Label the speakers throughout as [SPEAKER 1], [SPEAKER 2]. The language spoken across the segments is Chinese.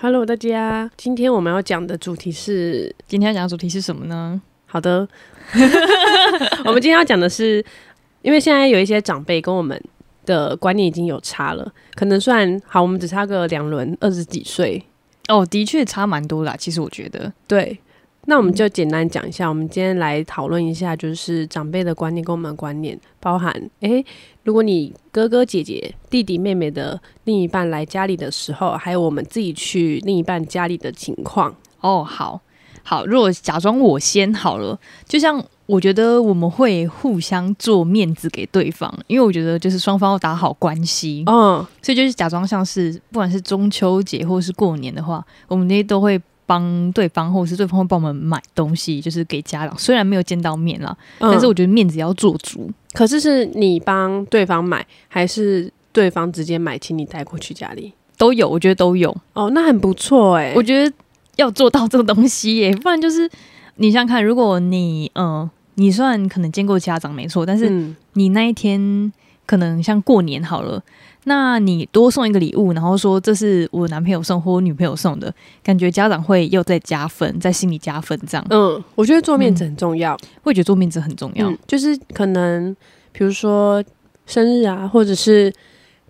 [SPEAKER 1] Hello，大家，今天我们要讲的主题是
[SPEAKER 2] 今天要讲的主题是什么呢？
[SPEAKER 1] 好的， 我们今天要讲的是，因为现在有一些长辈跟我们的观念已经有差了，可能虽然好，我们只差个两轮，二十几岁，
[SPEAKER 2] 哦，的确差蛮多啦。其实我觉得，
[SPEAKER 1] 对。那我们就简单讲一下，我们今天来讨论一下，就是长辈的观念跟我们的观念，包含诶、如果你哥哥姐姐、弟弟妹妹的另一半来家里的时候，还有我们自己去另一半家里的情况，
[SPEAKER 2] 哦，好好，如果假装我先好了，就像我觉得我们会互相做面子给对方，因为我觉得就是双方要打好关系，
[SPEAKER 1] 嗯，
[SPEAKER 2] 所以就是假装像是不管是中秋节或是过年的话，我们那些都会。帮对方，或者是对方会帮我们买东西，就是给家长。虽然没有见到面啦，
[SPEAKER 1] 嗯
[SPEAKER 2] 但是我觉得面子要做足。
[SPEAKER 1] 可是是你帮对方买，还是对方直接买，请你带过去家里？
[SPEAKER 2] 都有，我觉得都有。
[SPEAKER 1] 哦，那很不错哎、
[SPEAKER 2] 我觉得要做到这个东西耶，不然就是你想想看，如果你嗯、呃你虽然可能见过家长没错，但是
[SPEAKER 1] 嗯
[SPEAKER 2] 你那一天可能像过年好了，那你多送一个礼物，然后说这是我男朋友送或我女朋友送的，感觉家长会又在加分，在心里加分，这样、
[SPEAKER 1] 嗯，我觉得做面子很重要，
[SPEAKER 2] 会觉得做面子很重要。
[SPEAKER 1] 嗯，就是可能比如说生日啊，或者是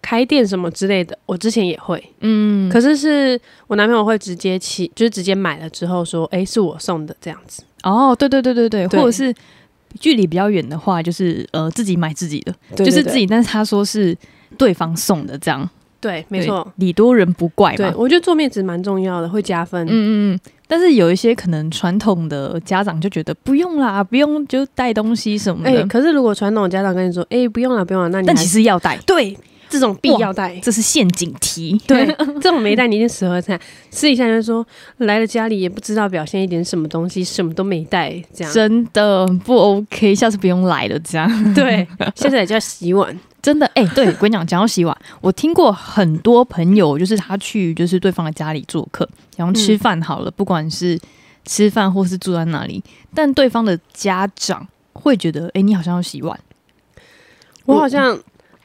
[SPEAKER 1] 开店什么之类的，我之前也会，
[SPEAKER 2] 嗯，
[SPEAKER 1] 可是是我男朋友会直接起，就是直接买了之后说，诶，是我送的这样子。
[SPEAKER 2] 哦，对对对对对，
[SPEAKER 1] 对
[SPEAKER 2] 或者是距离比较远的话，就是呃自己买自己的，
[SPEAKER 1] 对
[SPEAKER 2] 就是
[SPEAKER 1] 对对
[SPEAKER 2] 自己，但是他说是对方送的，这样
[SPEAKER 1] 对，没
[SPEAKER 2] 对
[SPEAKER 1] 错，
[SPEAKER 2] 礼多人不怪嘛。
[SPEAKER 1] 对我觉得做面子蛮重要的，会加分。
[SPEAKER 2] 嗯嗯嗯，但是有一些可能传统的家长就觉得不用啦，不用就带东西什么
[SPEAKER 1] 哎、
[SPEAKER 2] 的，
[SPEAKER 1] 可是如果传统家长跟你说，哎、不用了，不用了，那你
[SPEAKER 2] 但
[SPEAKER 1] 还
[SPEAKER 2] 其实要带，
[SPEAKER 1] 对这种必
[SPEAKER 2] 哇
[SPEAKER 1] 要带，
[SPEAKER 2] 这是陷阱题。
[SPEAKER 1] 对，这种没带你一定死合惨。私底下就说来了家里也不知道表现一点什么东西，什么都没带，这样。
[SPEAKER 2] 真的不 OK，下次不用来了。这样
[SPEAKER 1] 对，现在也叫洗碗。
[SPEAKER 2] 真的哎、对，我跟你讲，讲到洗碗，我听过很多朋友，就是他去就是对方的家里做客，然后吃饭好了，不管是吃饭或是住在那里，但对方的家长会觉得，哎、你好像要洗碗，
[SPEAKER 1] 我
[SPEAKER 2] 我
[SPEAKER 1] 好像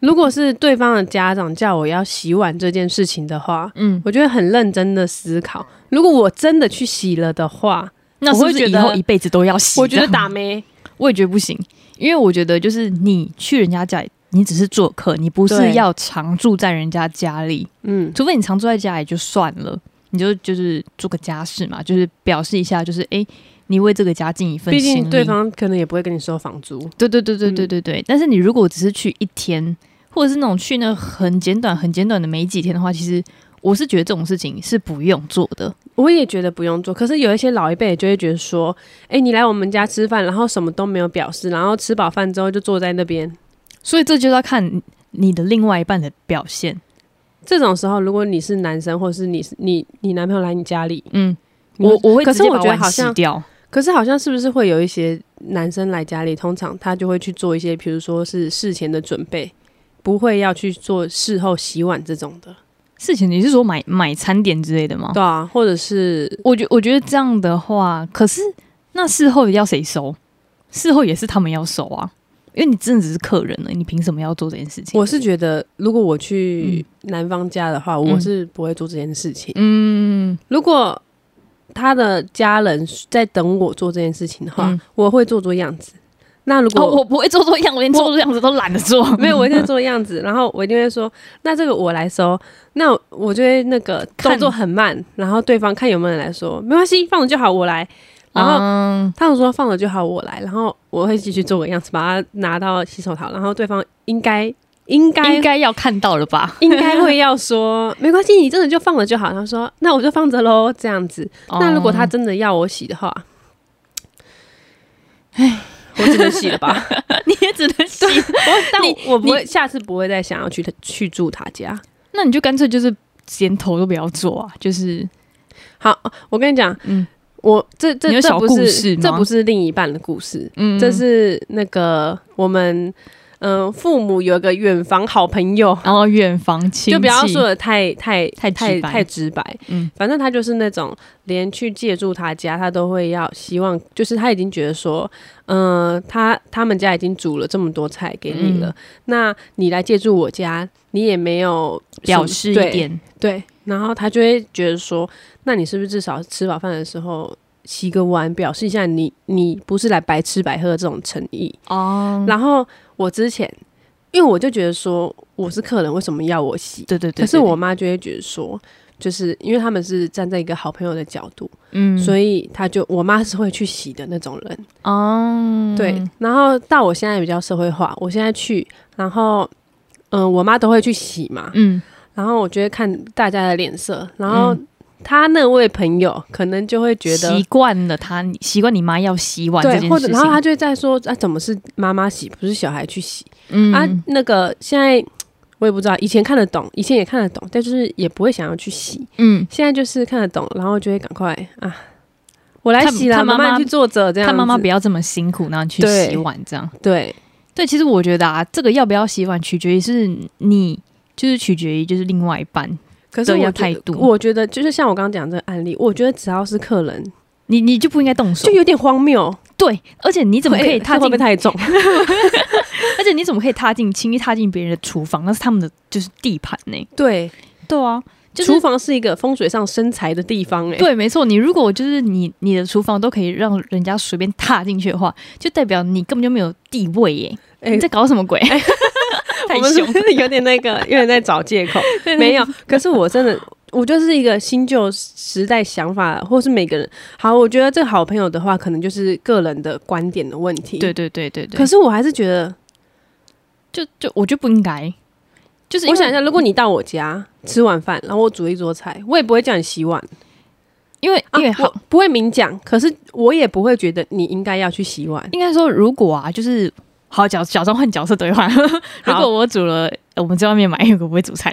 [SPEAKER 1] 如果是对方的家长叫我要洗碗这件事情的话，
[SPEAKER 2] 嗯，
[SPEAKER 1] 我就会很认真的思考。如果我真的去洗了的话，
[SPEAKER 2] 那
[SPEAKER 1] 我
[SPEAKER 2] 是
[SPEAKER 1] 会
[SPEAKER 2] 不是
[SPEAKER 1] 觉
[SPEAKER 2] 以
[SPEAKER 1] 得
[SPEAKER 2] 后一辈子都要洗？
[SPEAKER 1] 我觉
[SPEAKER 2] 这
[SPEAKER 1] 得
[SPEAKER 2] 样
[SPEAKER 1] 打没
[SPEAKER 2] 我也觉得不行，因为我觉得就是你去人家家里，你只是做客，你不
[SPEAKER 1] 对
[SPEAKER 2] 是要常住在人家家里，
[SPEAKER 1] 嗯
[SPEAKER 2] 除非你常住在家里就算了，你就就是做个家事嘛，就是表示一下，就是哎、诶你为这个家尽一份
[SPEAKER 1] 毕
[SPEAKER 2] 心
[SPEAKER 1] 竟
[SPEAKER 2] 力。
[SPEAKER 1] 对方可能也不会跟你收房租。
[SPEAKER 2] 对对对对对对对，但是你如果只是去一天，或者是那种去那很简短、很简短的没几天的话，其实我是觉得这种事情是不用做的。
[SPEAKER 1] 我也觉得不用做，可是有一些老一辈就会觉得说，哎、你来我们家吃饭，然后什么都没有表示，然后吃饱饭之后就坐在那边，
[SPEAKER 2] 所以这就要看你的另外一半的表现。
[SPEAKER 1] 这种时候，如果你是男生，或者是你是你你男朋友来你家里，
[SPEAKER 2] 嗯，
[SPEAKER 1] 你
[SPEAKER 2] 我我会
[SPEAKER 1] 可
[SPEAKER 2] 直
[SPEAKER 1] 是
[SPEAKER 2] 接
[SPEAKER 1] 我
[SPEAKER 2] 把
[SPEAKER 1] 觉得
[SPEAKER 2] 碗
[SPEAKER 1] 好
[SPEAKER 2] 洗
[SPEAKER 1] 像，
[SPEAKER 2] 掉。
[SPEAKER 1] 可是好像是不是会有一些男生来家里，通常他就会去做一些，比如说是事前的准备，不会要去做事后洗碗这种的，
[SPEAKER 2] 事情，你是说买买餐点之类的吗？
[SPEAKER 1] 对啊，或者是
[SPEAKER 2] 我觉我觉得这样的话，可是那事后要谁收？事后也是他们要收啊，因为你真的只是客人了，你凭什么要做这件事情？
[SPEAKER 1] 我是觉得，如果我去男方家的话，我是不会做这件事情。
[SPEAKER 2] 嗯，
[SPEAKER 1] 如果他的家人在等我做这件事情的话，
[SPEAKER 2] 嗯
[SPEAKER 1] 我会做做样子。那如果、
[SPEAKER 2] 哦，我不会做做样，我连做做样子都懒得做。
[SPEAKER 1] 没有，我一定会做样子，然 后我一定会说，那这个我来收，那我就会那个
[SPEAKER 2] 看
[SPEAKER 1] 动作很慢，然后对方看有没有人来说，没关系，放了就好，我来。然后
[SPEAKER 2] 嗯
[SPEAKER 1] 他们说放了就好，我来，然后我会继续做个样子，把它拿到洗手槽，然后对方应该应该
[SPEAKER 2] 应该要看到 了 吧？
[SPEAKER 1] 应该会要说没关系，你真的就放了就好。他说那我就放着喽，这样子。那如果他
[SPEAKER 2] 哦
[SPEAKER 1] 真的要我洗的话，哎，我只能洗了吧。
[SPEAKER 2] 你也只能 洗，
[SPEAKER 1] 我但
[SPEAKER 2] 你
[SPEAKER 1] 我不会，下次不会再想要去去住他家。
[SPEAKER 2] 那你就干脆就是连头都不要做啊，就是
[SPEAKER 1] 好，我跟你讲，
[SPEAKER 2] 嗯
[SPEAKER 1] 我这这
[SPEAKER 2] 你有
[SPEAKER 1] 这
[SPEAKER 2] 小
[SPEAKER 1] 不
[SPEAKER 2] 故
[SPEAKER 1] 是
[SPEAKER 2] 事吗
[SPEAKER 1] 这不是另一半的故事，
[SPEAKER 2] 嗯
[SPEAKER 1] 这是那个我们嗯、呃父母有一个远房好朋友，
[SPEAKER 2] 然后远房亲戚
[SPEAKER 1] 就不要说的太太
[SPEAKER 2] 太
[SPEAKER 1] 太
[SPEAKER 2] 直白
[SPEAKER 1] 太直白，
[SPEAKER 2] 嗯
[SPEAKER 1] 反正他就是那种连去借住他家，他都会要希望，就是他已经觉得说，嗯、他他们家已经煮了这么多菜给
[SPEAKER 2] 嗯
[SPEAKER 1] 你了，那你来借住我家，你也没有什么
[SPEAKER 2] 表示一，点，
[SPEAKER 1] 对对，然后他就会觉得说，那你是不是至少吃饱饭的时候洗个碗，表示一下你你不是来白吃白喝的这种诚意。
[SPEAKER 2] 哦，
[SPEAKER 1] 然后我之前，因为我就觉得说我是客人，为什么要我洗？
[SPEAKER 2] 对对对，
[SPEAKER 1] 可是
[SPEAKER 2] 对
[SPEAKER 1] 我，妈就会觉得说，就是因为他们是站在一个好朋友的角度，
[SPEAKER 2] 嗯，
[SPEAKER 1] 所
[SPEAKER 2] 以，
[SPEAKER 1] 以她就我妈是会去洗的那种人。
[SPEAKER 2] 哦，
[SPEAKER 1] 对，然后到我现在比较社会化，我现在去，然后嗯、呃我妈都会去洗嘛，
[SPEAKER 2] 嗯，
[SPEAKER 1] 然后我就会看大家的脸色，然后
[SPEAKER 2] 嗯
[SPEAKER 1] 她那位朋友可能就会觉得
[SPEAKER 2] 习惯了他，你习惯你妈要洗碗这
[SPEAKER 1] 对，
[SPEAKER 2] 件
[SPEAKER 1] 或
[SPEAKER 2] 事
[SPEAKER 1] 者
[SPEAKER 2] 情，
[SPEAKER 1] 然后她就会在说啊，怎么是妈妈洗，不是小孩去洗？
[SPEAKER 2] 嗯
[SPEAKER 1] 啊，那个现在我也不知道，以前看得懂，以前也看得懂，但就是也不会想要去洗。
[SPEAKER 2] 嗯，
[SPEAKER 1] 现在就是看得懂，然后就会赶快啊，我来
[SPEAKER 2] 看
[SPEAKER 1] 洗啦，
[SPEAKER 2] 看
[SPEAKER 1] 妈
[SPEAKER 2] 妈妈
[SPEAKER 1] 你去坐着这样
[SPEAKER 2] 看
[SPEAKER 1] 子。
[SPEAKER 2] 妈妈不要这么辛苦，然后去
[SPEAKER 1] 对
[SPEAKER 2] 洗碗这样。
[SPEAKER 1] 对
[SPEAKER 2] 对，其实我觉得啊，这个要不要洗碗，取决于是你，就是取决于就是另外一半，
[SPEAKER 1] 可是
[SPEAKER 2] 对
[SPEAKER 1] 我
[SPEAKER 2] 要
[SPEAKER 1] 觉
[SPEAKER 2] 态
[SPEAKER 1] 得，
[SPEAKER 2] 度
[SPEAKER 1] 我觉得就是像我刚刚讲这个案例，我觉得只要是客人，
[SPEAKER 2] 你你就不应该动手
[SPEAKER 1] 就。有点荒谬，
[SPEAKER 2] 对，而且你怎么可以
[SPEAKER 1] 会
[SPEAKER 2] 踏
[SPEAKER 1] 会
[SPEAKER 2] 进
[SPEAKER 1] 不会？太 重？
[SPEAKER 2] 而且你怎么可以踏进轻易踏进别人的厨房？那是他们的就是地盘呢、
[SPEAKER 1] 对，
[SPEAKER 2] 对啊，就是
[SPEAKER 1] 厨房是一个风水上生财的地方、哎，
[SPEAKER 2] 对，没错。你如果就是你你的厨房都可以让人家随便踏进去的话，就代表你根本就没有地位耶、
[SPEAKER 1] 哎
[SPEAKER 2] 你在搞什么鬼？ 太
[SPEAKER 1] 我们是
[SPEAKER 2] 凶
[SPEAKER 1] 不。是 有点那个，有点在找借 口。没有，可是我真的，我就是一个新旧时代想法，或是每个人。好，我觉得这个好朋友的话，可能就是个人的观点的问题。
[SPEAKER 2] 对，对对对对。
[SPEAKER 1] 可是我还是觉得，
[SPEAKER 2] 就就我就不应该，就是因
[SPEAKER 1] 我
[SPEAKER 2] 为
[SPEAKER 1] 想一下，如果你到我家吃晚饭，然后我煮一桌菜，我也不会叫你洗碗，啊
[SPEAKER 2] 因为因为好、
[SPEAKER 1] 我不会明讲，可是我也不会觉得你应该要去洗碗。
[SPEAKER 2] 应该说，如果啊，就是好假假装换角色兑换， 如果我煮了，呃我们在外面买， 因为我不会煮菜，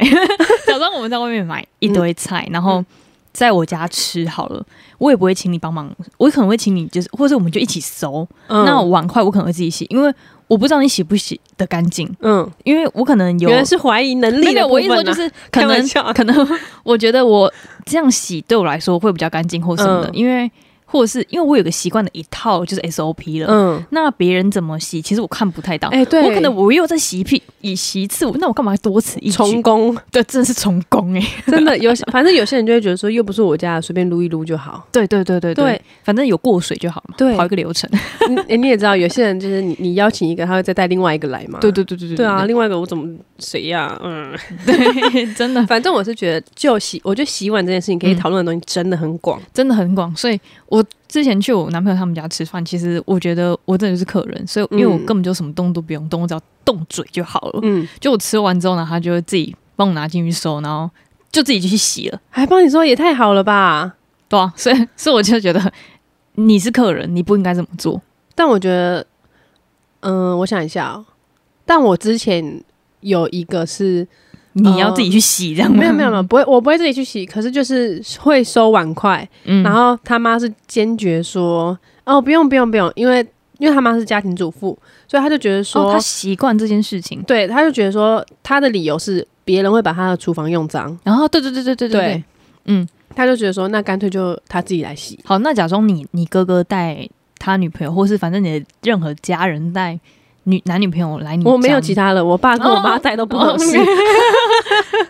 [SPEAKER 2] 假装我们在外面买
[SPEAKER 1] 嗯
[SPEAKER 2] 一堆菜，然后在我家吃好了，我也不会请你帮忙，我可能会请你就是，或者我们就一起搜。
[SPEAKER 1] 嗯
[SPEAKER 2] 那碗筷我可能会自己洗，因为我不知道你洗不洗的干净，
[SPEAKER 1] 嗯，
[SPEAKER 2] 因为我可能有
[SPEAKER 1] 原来是怀疑能力
[SPEAKER 2] 没
[SPEAKER 1] 的
[SPEAKER 2] 有，
[SPEAKER 1] 部
[SPEAKER 2] 我意
[SPEAKER 1] 分、
[SPEAKER 2] 思
[SPEAKER 1] 啊。
[SPEAKER 2] 说就是可
[SPEAKER 1] 开玩
[SPEAKER 2] 能
[SPEAKER 1] 笑
[SPEAKER 2] 可能，我觉得我这样洗对我来说会比较干净或什么的，
[SPEAKER 1] 嗯
[SPEAKER 2] 因为或者是因为我有个习惯的一套就是 SOP 了。
[SPEAKER 1] 嗯，
[SPEAKER 2] 那别人怎么洗，其实我看不太到。
[SPEAKER 1] 哎、对，
[SPEAKER 2] 我可能我又再洗一遍，以洗一次，那我干嘛多此一举？
[SPEAKER 1] 重工，
[SPEAKER 2] 对，真的是重工哎、
[SPEAKER 1] 真的有些，反正有些人就会觉得说，又不是我家的，随便撸一撸就好。
[SPEAKER 2] 对对对对
[SPEAKER 1] 对，
[SPEAKER 2] 反正有过水就好嘛，
[SPEAKER 1] 对
[SPEAKER 2] 跑一个流程。
[SPEAKER 1] 你、哎你也知道，有些人就是你你邀请一个，他会再带另外一个来嘛。
[SPEAKER 2] 对对对对对
[SPEAKER 1] 对啊，，另外一个我怎么谁呀、嗯，
[SPEAKER 2] 对，真的
[SPEAKER 1] 反正我是觉得，就洗，我觉得洗碗这件事情可以
[SPEAKER 2] 嗯
[SPEAKER 1] 讨论的东西真的很广。
[SPEAKER 2] 真的很广。所以我之前去我男朋友他们家吃饭，其实我觉得我真的就是客人，所以因为我
[SPEAKER 1] 嗯
[SPEAKER 2] 根本就什么动都不用动，我只要动嘴就好了。
[SPEAKER 1] 嗯，
[SPEAKER 2] 就我吃完之后呢，他就会自己帮我拿进去收，然后就自己去洗了，
[SPEAKER 1] 还帮你说也太好了吧？
[SPEAKER 2] 对啊， 所以所以我就觉得你是客人，你不应该这么做。
[SPEAKER 1] 但我觉得，嗯、我想一下、哦，但我之前有一个 是
[SPEAKER 2] 你要自己去洗，这样吗？
[SPEAKER 1] 没有没有没有，不会，我不会自己去洗，可是就是会收碗筷，
[SPEAKER 2] 嗯
[SPEAKER 1] 然后他妈是坚决说，哦，不用不用不用，因为因为他妈是家庭主妇，所以他就觉得说，
[SPEAKER 2] 哦，他习惯这件事情。
[SPEAKER 1] 对，他就觉得说他的理由是别人会把他的厨房用脏，
[SPEAKER 2] 然后，对对对对对
[SPEAKER 1] 对
[SPEAKER 2] 对，嗯，
[SPEAKER 1] 他就觉得说那干脆就他自己来洗，
[SPEAKER 2] 好，那假装你你哥哥带他女朋友，或是反正你的任何家人带女男女朋友来你，
[SPEAKER 1] 我没有其。他了，我爸啊跟我妈带都不合适。
[SPEAKER 2] 哦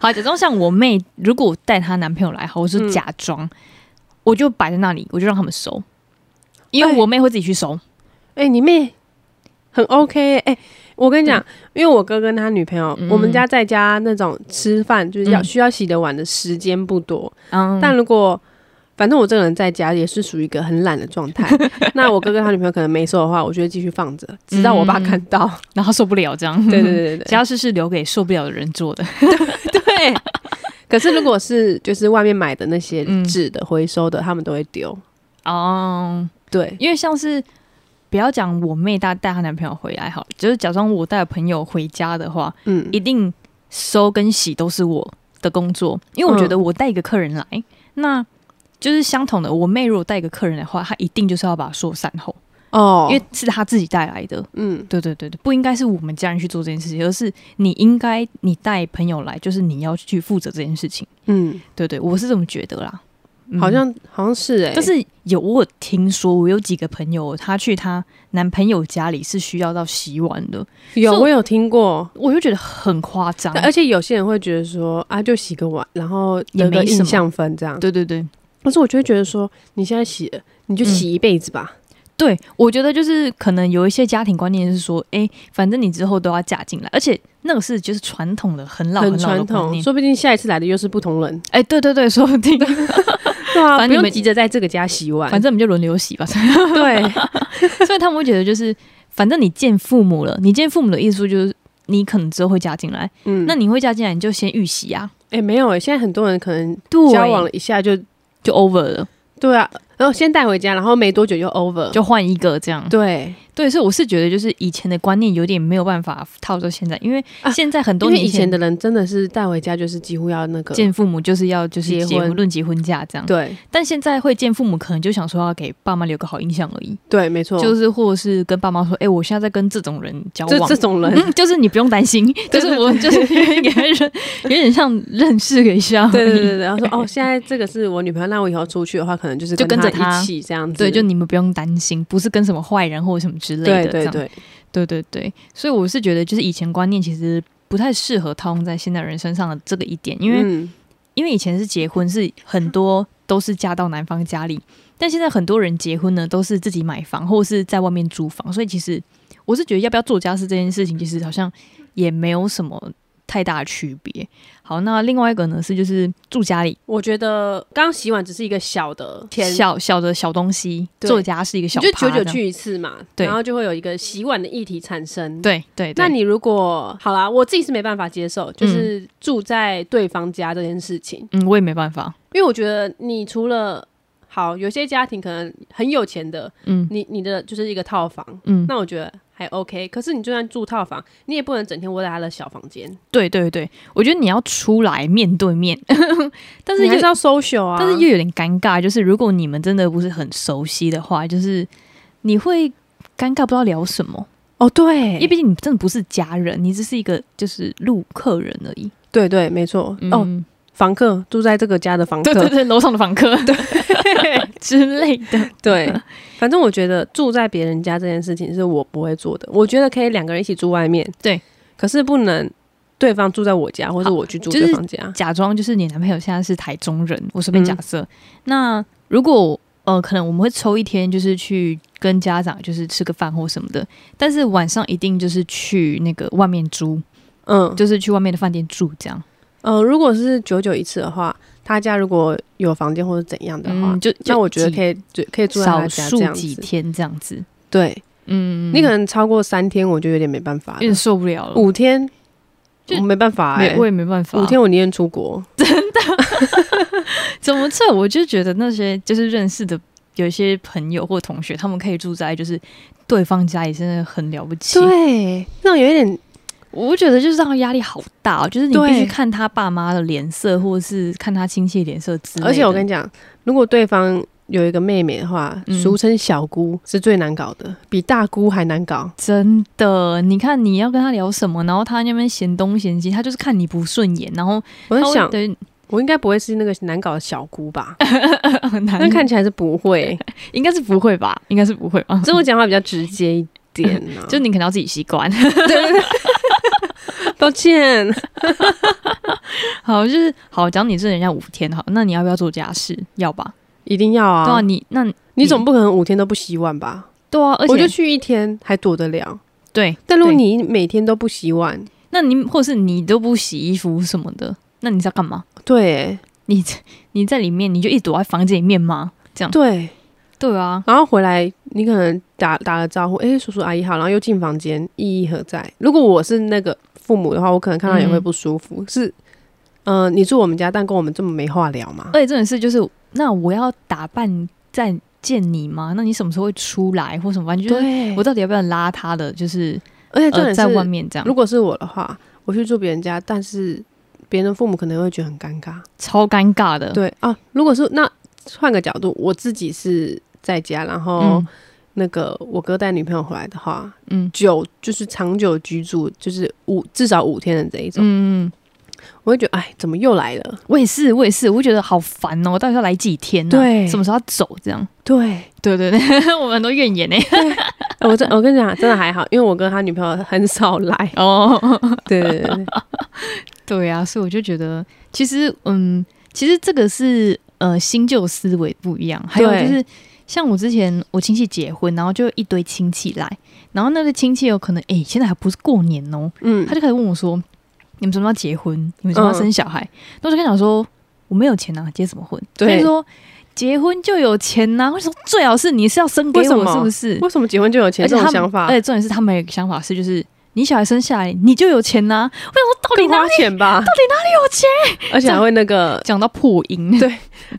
[SPEAKER 2] 好，假装像我妹，如果我带她男朋友来，好，我
[SPEAKER 1] 嗯
[SPEAKER 2] 是假装，我就摆在那里，我就让他们收，因为
[SPEAKER 1] 哎
[SPEAKER 2] 我妹会自己去收。
[SPEAKER 1] 哎、你妹很 OK 欸哎、我跟你讲，因为我哥跟他女朋友，
[SPEAKER 2] 嗯
[SPEAKER 1] 我们家在家那种吃饭就是要
[SPEAKER 2] 嗯
[SPEAKER 1] 需要洗的碗的时间不多，
[SPEAKER 2] 嗯，
[SPEAKER 1] 但如果反正我这个人在家也是属于一个很懒的状 态，那我哥跟他女朋友可能没收的话，我就会继续放
[SPEAKER 2] 嗯
[SPEAKER 1] 着，直到我爸看 到。
[SPEAKER 2] 然后受不了这样。
[SPEAKER 1] 对对对对对，
[SPEAKER 2] 家事是留给受不了的人做 的。
[SPEAKER 1] 对。可是如果是就是外面买的那些
[SPEAKER 2] 嗯
[SPEAKER 1] 纸的、回收的，他们都会丢。
[SPEAKER 2] 哦，
[SPEAKER 1] 对，
[SPEAKER 2] 因为像是不要讲我妹带带她男朋友回来好了，就是假装我带朋友回家的话，
[SPEAKER 1] 嗯
[SPEAKER 2] 一定收跟洗都是我的工作，因为我觉
[SPEAKER 1] 嗯
[SPEAKER 2] 得我带一个客人来，那就是相同的，我妹如果带一个客人的话，她一定就是要把它说善后，
[SPEAKER 1] 哦，
[SPEAKER 2] 因为是她自己带来的。
[SPEAKER 1] 嗯
[SPEAKER 2] 对对对对，不应该是我们家人去做这件事情，而是你应该你带朋友来，就是你要去负责这件事情。
[SPEAKER 1] 嗯，
[SPEAKER 2] 对对，我是这么觉得啦。嗯
[SPEAKER 1] 好像好像是哎、
[SPEAKER 2] 但是有我有听说，我有几个朋友，她去她男朋友家里是需要到洗碗的，
[SPEAKER 1] 有
[SPEAKER 2] 所以
[SPEAKER 1] 我有听过，
[SPEAKER 2] 我就觉得很夸张。
[SPEAKER 1] 而且有些人会觉得说啊，就洗个碗，然后
[SPEAKER 2] 也
[SPEAKER 1] 得
[SPEAKER 2] 没
[SPEAKER 1] 个
[SPEAKER 2] 什么
[SPEAKER 1] 印象分这样。
[SPEAKER 2] 对嗯对对
[SPEAKER 1] 可是我就会觉得说，你现在洗了，你就洗一辈子吧。
[SPEAKER 2] 对，我觉得就是可能有一些家庭观念是说，哎、反正你之后都要嫁进来，而且那个是就是传统的很老
[SPEAKER 1] 很
[SPEAKER 2] 老的
[SPEAKER 1] 传
[SPEAKER 2] 观
[SPEAKER 1] 统，
[SPEAKER 2] 念。
[SPEAKER 1] 说不定下一次来的又是不同 人。
[SPEAKER 2] 哎、对对对，说不 定，
[SPEAKER 1] 对啊，
[SPEAKER 2] 反正
[SPEAKER 1] 不
[SPEAKER 2] 你们
[SPEAKER 1] 用急着在这个家洗碗。
[SPEAKER 2] 反正我们就轮流洗吧。
[SPEAKER 1] 对，
[SPEAKER 2] 所以他们会觉得就是，反正你见父母了，你见父母的意思就是你可能之后会嫁进来，
[SPEAKER 1] 嗯，
[SPEAKER 2] 那你会嫁进来你就先预习啊，
[SPEAKER 1] 哎、没有哎、现在很多人可能
[SPEAKER 2] 对
[SPEAKER 1] 交往了一下就
[SPEAKER 2] 就 over 了，
[SPEAKER 1] 对啊，然后先带回家，然后没多久就 over。
[SPEAKER 2] 就换一个这样。
[SPEAKER 1] 对，
[SPEAKER 2] 对，所以我是觉得就是以前的观念有点没有办法套到现在，因为
[SPEAKER 1] 啊
[SPEAKER 2] 现在很多
[SPEAKER 1] 因为
[SPEAKER 2] 年
[SPEAKER 1] 以前的人真的是带回家就是几乎要那个
[SPEAKER 2] 见父母就是要就是
[SPEAKER 1] 结
[SPEAKER 2] 结婚
[SPEAKER 1] 婚
[SPEAKER 2] 论结婚嫁这样，
[SPEAKER 1] 对
[SPEAKER 2] 但现在会见父母可能就想说要给爸妈留个好印象而已，
[SPEAKER 1] 对，没错，
[SPEAKER 2] 就是或者是跟爸妈说，哎、我现在在跟这种人交
[SPEAKER 1] 这
[SPEAKER 2] 往
[SPEAKER 1] 这。种人，
[SPEAKER 2] 嗯就是你不用 担心，就是我就是给他认，有点像认识一下而 已，
[SPEAKER 1] 对 对对对，然后说哦，现在这个是我女朋友，那我以后出去的话，可能就是
[SPEAKER 2] 就跟
[SPEAKER 1] 她
[SPEAKER 2] 着她
[SPEAKER 1] 一起这样子。
[SPEAKER 2] 对，就你们不用担心，不是跟什么坏人或者什么之类的
[SPEAKER 1] 对，
[SPEAKER 2] 这
[SPEAKER 1] 对
[SPEAKER 2] 样
[SPEAKER 1] 对，
[SPEAKER 2] 对对对，所以我是觉得，就是以前观念其实不太适合套用在现代人身上的这个一点，因为、
[SPEAKER 1] 嗯
[SPEAKER 2] 因为以前是结婚是很多都是嫁到男方家里，但现在很多人结婚呢都是自己买房或是在外面租房，所以其实我是觉得要不要做家事这件事情，其实好像也没有什么太大的区别。好，那另外一个呢是就是住家里
[SPEAKER 1] 我觉得刚刚洗碗只是一个小的前，
[SPEAKER 2] 小小的小东西，
[SPEAKER 1] 对
[SPEAKER 2] 做家是一个
[SPEAKER 1] 你
[SPEAKER 2] 小
[SPEAKER 1] 就
[SPEAKER 2] 趴
[SPEAKER 1] 久
[SPEAKER 2] 这
[SPEAKER 1] 久
[SPEAKER 2] 样，
[SPEAKER 1] 去一次嘛，
[SPEAKER 2] 对
[SPEAKER 1] 然后就会有一个洗碗的议题产生。。
[SPEAKER 2] 对对对，
[SPEAKER 1] 那你如果好啦，我自己是没办法接受，就是住在对方家这件事情，
[SPEAKER 2] 嗯，我也没办法，
[SPEAKER 1] 因为我觉得你除了好，有些家庭可能很有钱的，
[SPEAKER 2] 嗯
[SPEAKER 1] 你你的就是一个套房，
[SPEAKER 2] 嗯，
[SPEAKER 1] 那我觉得还 OK。可是你就算住套房，你也不能整天窝在他的小房间，
[SPEAKER 2] 对对对，我觉得你要出来面对面， 但是
[SPEAKER 1] 你还
[SPEAKER 2] 又、
[SPEAKER 1] 是要 social 啊。
[SPEAKER 2] 但是又有点尴尬，就是如果你们真的不是很熟悉的话，就是你会尴尬不知道聊什么，
[SPEAKER 1] 哦，对，
[SPEAKER 2] 因为毕竟你真的不是家人，你只是一个就是路客人而已。
[SPEAKER 1] 对对，没错。哦，
[SPEAKER 2] 嗯，
[SPEAKER 1] 房客住在这个家的房客，
[SPEAKER 2] 对对对，楼上的房客 对之类的，
[SPEAKER 1] 对， 反正我觉得住在别人家这件事情是我不会做的。我觉得可以两个人一起住外面，
[SPEAKER 2] 对，
[SPEAKER 1] 可是不能对方住在我家，或者我去住
[SPEAKER 2] 就是
[SPEAKER 1] 对方家。
[SPEAKER 2] 假装就是你男朋友现在是台中人，我随便假
[SPEAKER 1] 嗯
[SPEAKER 2] 设。那如果呃，可能我们会抽一天，就是去跟家长就是吃个饭或什么的，但是晚上一定就是去那个外面租，
[SPEAKER 1] 嗯
[SPEAKER 2] 就是去外面的饭店住这样。
[SPEAKER 1] 嗯、呃如果是久久一次的话，他家如果有房间或者怎样的话，
[SPEAKER 2] 嗯，就
[SPEAKER 1] 那我觉得可
[SPEAKER 2] 以
[SPEAKER 1] 以就可以住在
[SPEAKER 2] 少
[SPEAKER 1] 他家这
[SPEAKER 2] 数
[SPEAKER 1] 样
[SPEAKER 2] 几
[SPEAKER 1] 子。
[SPEAKER 2] 天这样子。
[SPEAKER 1] 对、
[SPEAKER 2] 嗯，
[SPEAKER 1] 你可能超过三天，我就有点没办法
[SPEAKER 2] 有点
[SPEAKER 1] 了。
[SPEAKER 2] 受不了了，
[SPEAKER 1] 五天，
[SPEAKER 2] 就
[SPEAKER 1] 我没办法哎、
[SPEAKER 2] 没我也没办法。
[SPEAKER 1] 五天我宁愿出国。
[SPEAKER 2] 怎么这？我就觉得那些就是认识的有一些朋友或同学，他们可以住在就是对方家里，真的很了不起。
[SPEAKER 1] 对，那种有一点
[SPEAKER 2] 我觉得就是让他压力好大、哦，就是你
[SPEAKER 1] 对
[SPEAKER 2] 必须看他爸妈的脸色，或者是看他亲戚的脸色之类的。
[SPEAKER 1] 而且我跟
[SPEAKER 2] 你
[SPEAKER 1] 你讲，如果对方有一个妹妹的话，
[SPEAKER 2] 嗯
[SPEAKER 1] 俗称小姑是最难搞的，比大姑还难搞。
[SPEAKER 2] 真的，你看你要跟他聊什么，然后他那边嫌东嫌西，他就是看你不顺眼，然后
[SPEAKER 1] 我
[SPEAKER 2] 他
[SPEAKER 1] 在
[SPEAKER 2] 会
[SPEAKER 1] 想，
[SPEAKER 2] 对
[SPEAKER 1] 我应该不会是那个难搞的小姑 吧？
[SPEAKER 2] 很 难
[SPEAKER 1] 但看起来是不 会，
[SPEAKER 2] 应该是不会吧？应该是不会吧？
[SPEAKER 1] 这我讲话比较直接一点、 啊。
[SPEAKER 2] 就你可能要自己习惯。
[SPEAKER 1] 对对对， 抱歉。
[SPEAKER 2] 好，就是好，讲你这人家五天好，那你要不要做家事？要吧？
[SPEAKER 1] 一定要
[SPEAKER 2] 对啊，
[SPEAKER 1] 啊！
[SPEAKER 2] 你那
[SPEAKER 1] 你总不可能五天都不洗碗吧？
[SPEAKER 2] 对啊，而且
[SPEAKER 1] 我就去一天还躲得了，
[SPEAKER 2] 对，
[SPEAKER 1] 但如果
[SPEAKER 2] 对
[SPEAKER 1] 你每天都不洗碗，
[SPEAKER 2] 那你或者是你都不洗衣服什么的，那你在干嘛？
[SPEAKER 1] 对
[SPEAKER 2] 你在你在里面，你就一直躲在房间里面吗？
[SPEAKER 1] 对，
[SPEAKER 2] 对啊，
[SPEAKER 1] 然后回来，你可能打打了招呼，哎、叔叔阿姨好，然后又进房间，意义何在？如果我是那个父母的话，我可能看到也会不舒服。是，嗯、你住我们家，但跟我们这么没话聊嘛？
[SPEAKER 2] 而且重点是，就是那我要打扮再见你吗？那你什么时候会出来或什么？反正就是
[SPEAKER 1] 对
[SPEAKER 2] 我，到底要不要邋遢的，就是
[SPEAKER 1] 而且重
[SPEAKER 2] 呃
[SPEAKER 1] 点是，
[SPEAKER 2] 在外面这样，
[SPEAKER 1] 如果是我的话，我去住别人家，但是别人的父母可能会觉得很尴尬。
[SPEAKER 2] 超尴尬的。，
[SPEAKER 1] 对啊，如果是那换个角度，我自己是在家，然后
[SPEAKER 2] 嗯
[SPEAKER 1] 那个我哥带女朋友回来的话，
[SPEAKER 2] 嗯
[SPEAKER 1] 久就是长久居住，就是五至少五天的这一种。
[SPEAKER 2] 嗯，
[SPEAKER 1] 我会觉得哎，怎么又来了？
[SPEAKER 2] 我也是，我也是，我会觉得好烦哦，我到底要来几天呢、
[SPEAKER 1] 对
[SPEAKER 2] 什么时候要走？这样，
[SPEAKER 1] 对，
[SPEAKER 2] 对 对对，我们很多怨言呢、
[SPEAKER 1] 我真我跟你讲，真的还好，因为我跟他女朋友很少来。
[SPEAKER 2] 哦，
[SPEAKER 1] 对对对对，
[SPEAKER 2] 对啊，所以我就觉得，其实，嗯，其实这个是呃新旧思维不一样，还有
[SPEAKER 1] 对
[SPEAKER 2] 就是像我之前我亲戚结婚，然后就一堆亲戚来，然后那个亲戚有可能，哎、现在还不是过年哦、
[SPEAKER 1] 嗯
[SPEAKER 2] 他，就开始问我说：“你们什么时候要结婚？你们什么时候要生小孩？”那、我就跟他讲说：“我没有钱啊，结什么婚？”
[SPEAKER 1] 对
[SPEAKER 2] 他就说：“结婚就有钱呐、为什么最好是你是要生给
[SPEAKER 1] 为什
[SPEAKER 2] 我，
[SPEAKER 1] 么
[SPEAKER 2] 是不是
[SPEAKER 1] 为什么结婚就有？”钱
[SPEAKER 2] 而
[SPEAKER 1] 这
[SPEAKER 2] 且
[SPEAKER 1] 种
[SPEAKER 2] 他们
[SPEAKER 1] 想法
[SPEAKER 2] 而？且重点是他们有一个想法是，就是你小孩生下来你就有钱呐、我想说到底
[SPEAKER 1] 更
[SPEAKER 2] 哪
[SPEAKER 1] 花
[SPEAKER 2] 里
[SPEAKER 1] 钱吧？到底哪里有钱？而且还会那个，
[SPEAKER 2] 讲到破音，
[SPEAKER 1] 对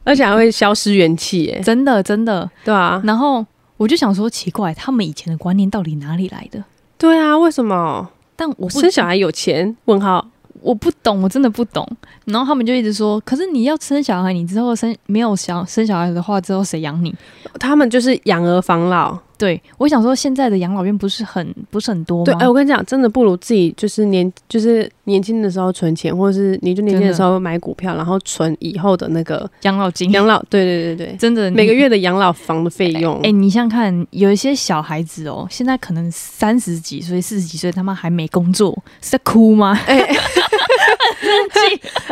[SPEAKER 1] 而且还会消失元气，哎，
[SPEAKER 2] 真的真的。
[SPEAKER 1] 对啊，
[SPEAKER 2] 然后我就想说，奇怪，他们以前的观念到底哪里来的？
[SPEAKER 1] 对啊，为什么
[SPEAKER 2] 但我不
[SPEAKER 1] 生小孩有钱？问号，
[SPEAKER 2] 我不懂，我真的不懂。然后他们就一直说，可是你要生小孩，你之后生没有小生小孩的话，之后谁养你？
[SPEAKER 1] 他们就是养儿防老。
[SPEAKER 2] 对我想说，现在的养老院不是很不是很多吗？
[SPEAKER 1] 对，哎、我跟你讲，真的不如自己就是年就是年轻的时候存钱，或者是你就年轻的时候买股票，然后存以后的那个
[SPEAKER 2] 养老金
[SPEAKER 1] 养老。对对对对，
[SPEAKER 2] 真的
[SPEAKER 1] 每个
[SPEAKER 2] 你
[SPEAKER 1] 月的养老房的费用。
[SPEAKER 2] 嗯哎、你想想看，有一些小孩子哦，现在可能三十几岁、四十几岁，他妈还没工作，是在哭吗？
[SPEAKER 1] 哎，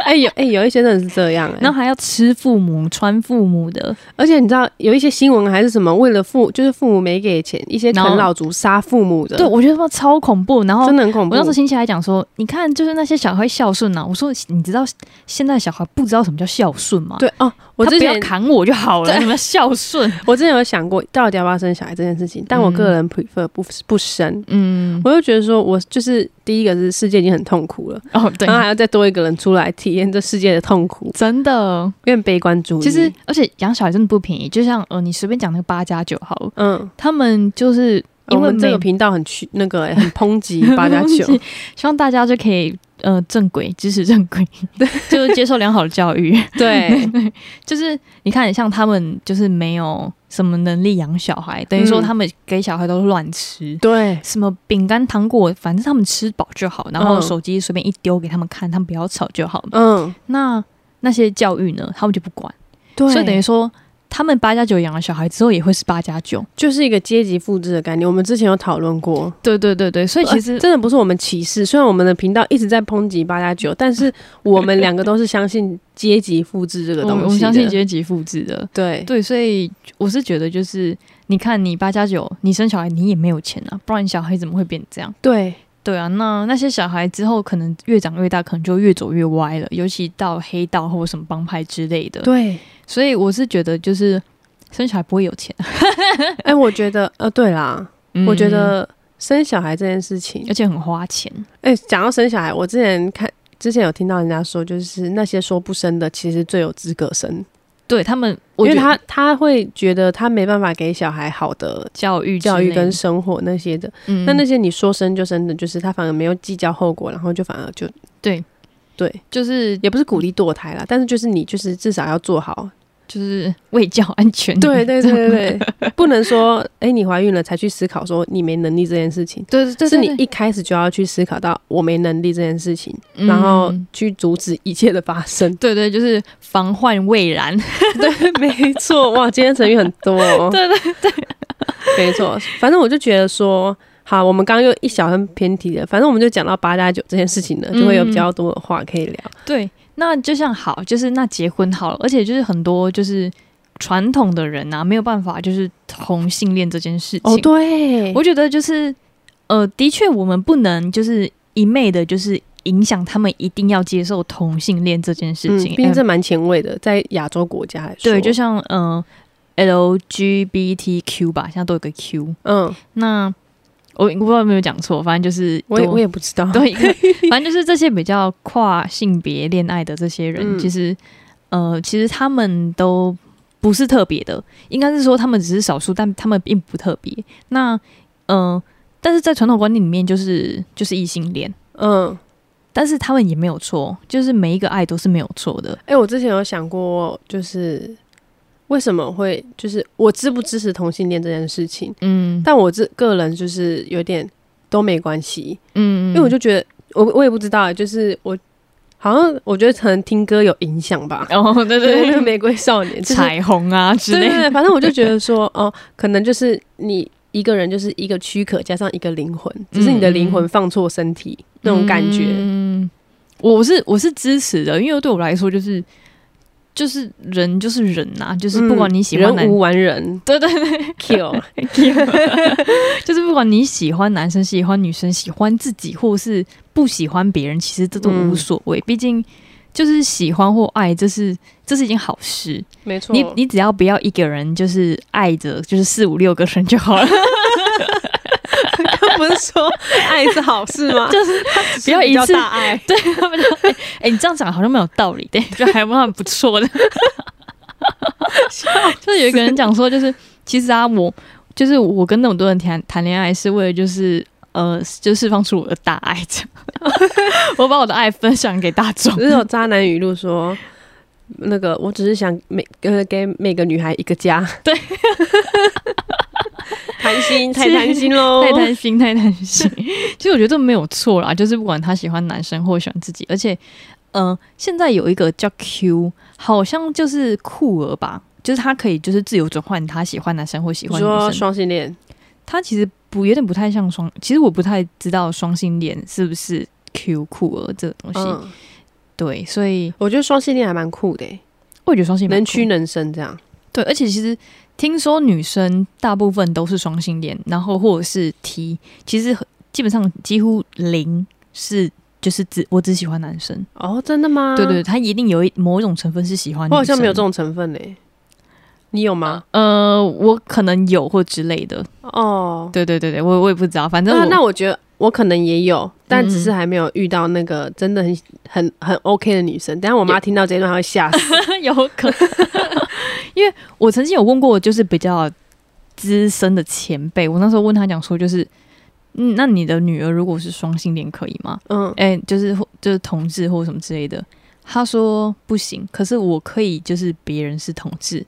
[SPEAKER 1] 哎有哎有一些人是这样、
[SPEAKER 2] 然
[SPEAKER 1] 哎，
[SPEAKER 2] 后还要吃父母、穿父母的，
[SPEAKER 1] 而且你知道有一些新闻还是什么，为了父就是父母没给钱，一些
[SPEAKER 2] 然后
[SPEAKER 1] 啃老族杀父母的，
[SPEAKER 2] 对我觉得他妈超恐怖。然后
[SPEAKER 1] 真的很恐怖
[SPEAKER 2] 我那时。候亲戚还讲说，你看，就是那些小孩孝顺啊。我说，你知道现在小孩不知道什么叫孝顺吗？，
[SPEAKER 1] 对哦，我
[SPEAKER 2] 他
[SPEAKER 1] 之
[SPEAKER 2] 不
[SPEAKER 1] 前
[SPEAKER 2] 要砍我就好了，
[SPEAKER 1] 对
[SPEAKER 2] 什么叫 孝顺？
[SPEAKER 1] 我之前有想过到底要不要生小孩这件事情，但我个人 prefer 不不生。
[SPEAKER 2] 嗯，
[SPEAKER 1] 我就觉得说，我就是第一个是世界已经很痛苦了，
[SPEAKER 2] 哦，对
[SPEAKER 1] 然，后还要再多一个人出来体验这世界的痛苦，
[SPEAKER 2] 真的。
[SPEAKER 1] 有点悲观主义。
[SPEAKER 2] 其实，而且养小孩真的不便宜。就像呃，你随便讲那个八加九好了，
[SPEAKER 1] 嗯，
[SPEAKER 2] 他们就是因
[SPEAKER 1] 我
[SPEAKER 2] 为
[SPEAKER 1] 们这
[SPEAKER 2] 每
[SPEAKER 1] 个频道很去那个欸、很抨 击八加九，
[SPEAKER 2] 希望大家就可以呃正轨支持正轨， 就是接受良好的教育。
[SPEAKER 1] 对，
[SPEAKER 2] 就是你看，像他们就是没有什么能力养小孩，等于说
[SPEAKER 1] 嗯
[SPEAKER 2] 他们给小孩都乱吃。
[SPEAKER 1] 对，
[SPEAKER 2] 什么饼干、糖果，反正他们吃饱就好，然后
[SPEAKER 1] 嗯
[SPEAKER 2] 手机随便一丢给他们看，他们不要吵就好。
[SPEAKER 1] 嗯，
[SPEAKER 2] 那那些教育呢，他们就不管，
[SPEAKER 1] 对，
[SPEAKER 2] 所以等于说，他们八加九养了小孩之后也会是八加九。
[SPEAKER 1] 就是一个阶级复制的概念。我们之前有讨论过，
[SPEAKER 2] 对对对对，所以其实、
[SPEAKER 1] 呃真的不是我们歧视，虽然我们的频道一直在抨击八加九，但是我们两个都是相信阶级复制这个
[SPEAKER 2] 我
[SPEAKER 1] 东西
[SPEAKER 2] 们
[SPEAKER 1] 的
[SPEAKER 2] 我们相信阶级复制的。
[SPEAKER 1] 对
[SPEAKER 2] 对，所以我是觉得，就是你看，你八加九，你生小孩你也没有钱啊，不然你小孩怎么会变这样？
[SPEAKER 1] 对
[SPEAKER 2] 对啊，那那些小孩之后可能越长越大，可能就越走越歪了，尤其到黑道或什么帮派之类的。
[SPEAKER 1] 对，
[SPEAKER 2] 所以我是觉得，就是生小孩不会有钱、啊
[SPEAKER 1] 哎、我觉得呃，对啦，我觉，得生小孩这件事情
[SPEAKER 2] 而，且很花钱。
[SPEAKER 1] 哎、讲到生小孩，我之前看之前有听到人家说，就是那些说不生的，其实最有资格生，
[SPEAKER 2] 对他们，
[SPEAKER 1] 因
[SPEAKER 2] 我
[SPEAKER 1] 为
[SPEAKER 2] 觉得
[SPEAKER 1] 他他会觉得他没办法给小孩好的
[SPEAKER 2] 教育之
[SPEAKER 1] 教育
[SPEAKER 2] 类的
[SPEAKER 1] 跟生活那些的，
[SPEAKER 2] 嗯
[SPEAKER 1] 那那些你说生就生的，就是他反而没有计较后果，然后就反而就
[SPEAKER 2] 对
[SPEAKER 1] 对，
[SPEAKER 2] 就是
[SPEAKER 1] 也不是鼓励堕胎啦，但是就是你就是至少要做 好，
[SPEAKER 2] 就是为教安全。
[SPEAKER 1] 对对对对对，不能说哎、你怀孕了才去思考说你没能力这件事情。
[SPEAKER 2] 对对对，
[SPEAKER 1] 是你
[SPEAKER 2] 对
[SPEAKER 1] 一开始就要去思考到我没能力这件事情，
[SPEAKER 2] 嗯。
[SPEAKER 1] 然后去阻止一切的发生
[SPEAKER 2] 对对，就是防患未然。
[SPEAKER 1] 对，没错，哇，今天成语很多、 对对对，没错。反正我就觉得说，好，我们刚刚又一小段偏题了，反正我们就讲到八加九这件事情
[SPEAKER 2] 嗯
[SPEAKER 1] 呢，就会有比较多的话可以聊。
[SPEAKER 2] 对，那就像好，就是那结婚好了，而且就是很多就是传统的人啊，没有办法就是同性恋这件事情。
[SPEAKER 1] 哦，对，
[SPEAKER 2] 我觉得就是呃，的确我们不能就是一昧的，就是影响他们一定要接受同性恋这件事
[SPEAKER 1] 嗯，
[SPEAKER 2] 情。
[SPEAKER 1] 毕竟
[SPEAKER 2] 呃
[SPEAKER 1] 这蛮前卫的，在亚洲国家来说，
[SPEAKER 2] 对，就像嗯、呃、LGBTQ 吧，现在都有个 Q。
[SPEAKER 1] 嗯，
[SPEAKER 2] 那我我不知道有没有讲错，反正就是
[SPEAKER 1] 我也
[SPEAKER 2] 多
[SPEAKER 1] 我也不知道，
[SPEAKER 2] 对，反正就是这些比较跨性别恋爱的这些人，
[SPEAKER 1] 嗯
[SPEAKER 2] 其实呃，其实他们都不是特别的，应该是说他们只是少数，但他们并不特别。那嗯、呃，但是在传统观念里面，就是就是异性恋，
[SPEAKER 1] 嗯。
[SPEAKER 2] 但是他们也没有错，就是每一个爱都是没有错的。
[SPEAKER 1] 哎、我之前有想过，就是为什么会，就是我支不支持同性恋这件事情？
[SPEAKER 2] 嗯
[SPEAKER 1] 但我这个人就是有点都没关系，
[SPEAKER 2] 嗯，
[SPEAKER 1] 因为我就觉得，我我也不知道，就是我好像我觉得可能听歌有影响吧。
[SPEAKER 2] 哦，对
[SPEAKER 1] 对，那
[SPEAKER 2] 对
[SPEAKER 1] 个
[SPEAKER 2] 对，
[SPEAKER 1] 玫瑰少年，就是
[SPEAKER 2] 彩虹啊之
[SPEAKER 1] 对
[SPEAKER 2] 类
[SPEAKER 1] 对
[SPEAKER 2] 的，
[SPEAKER 1] 对，反正我就觉得说，哦，可能就是你一个人就是一个躯壳加上一个灵魂，只是你的灵魂放错身体、那种感觉。
[SPEAKER 2] 嗯，我是我是支持的，因为对我来说就是就是人就是人呐、就是不管你喜欢
[SPEAKER 1] 嗯
[SPEAKER 2] 男
[SPEAKER 1] 人无完人
[SPEAKER 2] 对对对，
[SPEAKER 1] ，kill，
[SPEAKER 2] 就是不管你喜欢男生、喜欢女生、喜欢自己，或是不喜欢别人，其实这都无所谓。
[SPEAKER 1] 嗯
[SPEAKER 2] 毕竟就是喜欢或爱，这是这是一件好事。
[SPEAKER 1] 没错。
[SPEAKER 2] 你你只要不要一个人就是爱着，就是四五六个人就好了，
[SPEAKER 1] 不是说爱是好事 吗？
[SPEAKER 2] 就是不要一
[SPEAKER 1] 比较
[SPEAKER 2] 次
[SPEAKER 1] 大 爱。
[SPEAKER 2] 对他们就哎、哎你这样讲好像蛮有道理的，就还蛮不 错的。就是有一个人讲说，就是其实啊，我就是我跟那么多人谈谈恋爱，是为了就是呃，就释放出我的大爱，这样 我把我的爱分享给大众。
[SPEAKER 1] 只是有渣男语录说，那个我只是想每呃给每个女孩一个家。
[SPEAKER 2] 对，
[SPEAKER 1] 贪心太贪心喽，
[SPEAKER 2] 太贪心，太贪心。 其实我觉得这没有错啦，就是不管他喜欢男生或喜欢自己，而且，嗯、现在有一个叫 Q，好像就是酷儿吧，就是他可以就是自由转换他喜欢男生或喜
[SPEAKER 1] 你
[SPEAKER 2] 欢女
[SPEAKER 1] 说
[SPEAKER 2] 生。
[SPEAKER 1] 双性恋，
[SPEAKER 2] 他其实不有点不太像双，其实我不太知道双性恋是不是 Q 酷儿这个东西。
[SPEAKER 1] 嗯，
[SPEAKER 2] 对，所以
[SPEAKER 1] 我觉得双性恋还蛮酷的欸，
[SPEAKER 2] 我也觉得双性恋
[SPEAKER 1] 能
[SPEAKER 2] 蛮酷
[SPEAKER 1] 屈能伸这样。
[SPEAKER 2] 对，而且其实听说女生大部分都是双性恋，然后或者是 T，其实很基本上几乎零是就是只我只喜欢男生。
[SPEAKER 1] 哦，真的吗？
[SPEAKER 2] 对对，他一定有一某一种成分是喜欢女
[SPEAKER 1] 我好
[SPEAKER 2] 生。
[SPEAKER 1] 像没有这种成分呢。你有吗？
[SPEAKER 2] 呃，我可能有或之类的。
[SPEAKER 1] 哦，
[SPEAKER 2] 对对对对，我我也不知道，反正
[SPEAKER 1] 啊那
[SPEAKER 2] 啊我
[SPEAKER 1] 那我觉得我可能也有，但
[SPEAKER 2] 嗯
[SPEAKER 1] 只是还没有遇到那个真的很很很 OK 的女生。等一下我妈听到这一段，她会吓死。
[SPEAKER 2] 有可能，因为我曾经有问过，就是比较资深的前辈，我那时候问他讲说，就是嗯，那你的女儿如果是双性恋可以吗？
[SPEAKER 1] 嗯，
[SPEAKER 2] 哎、就是或就是同志或什么之类的。他说不行，可是我可以，就是别人是同志，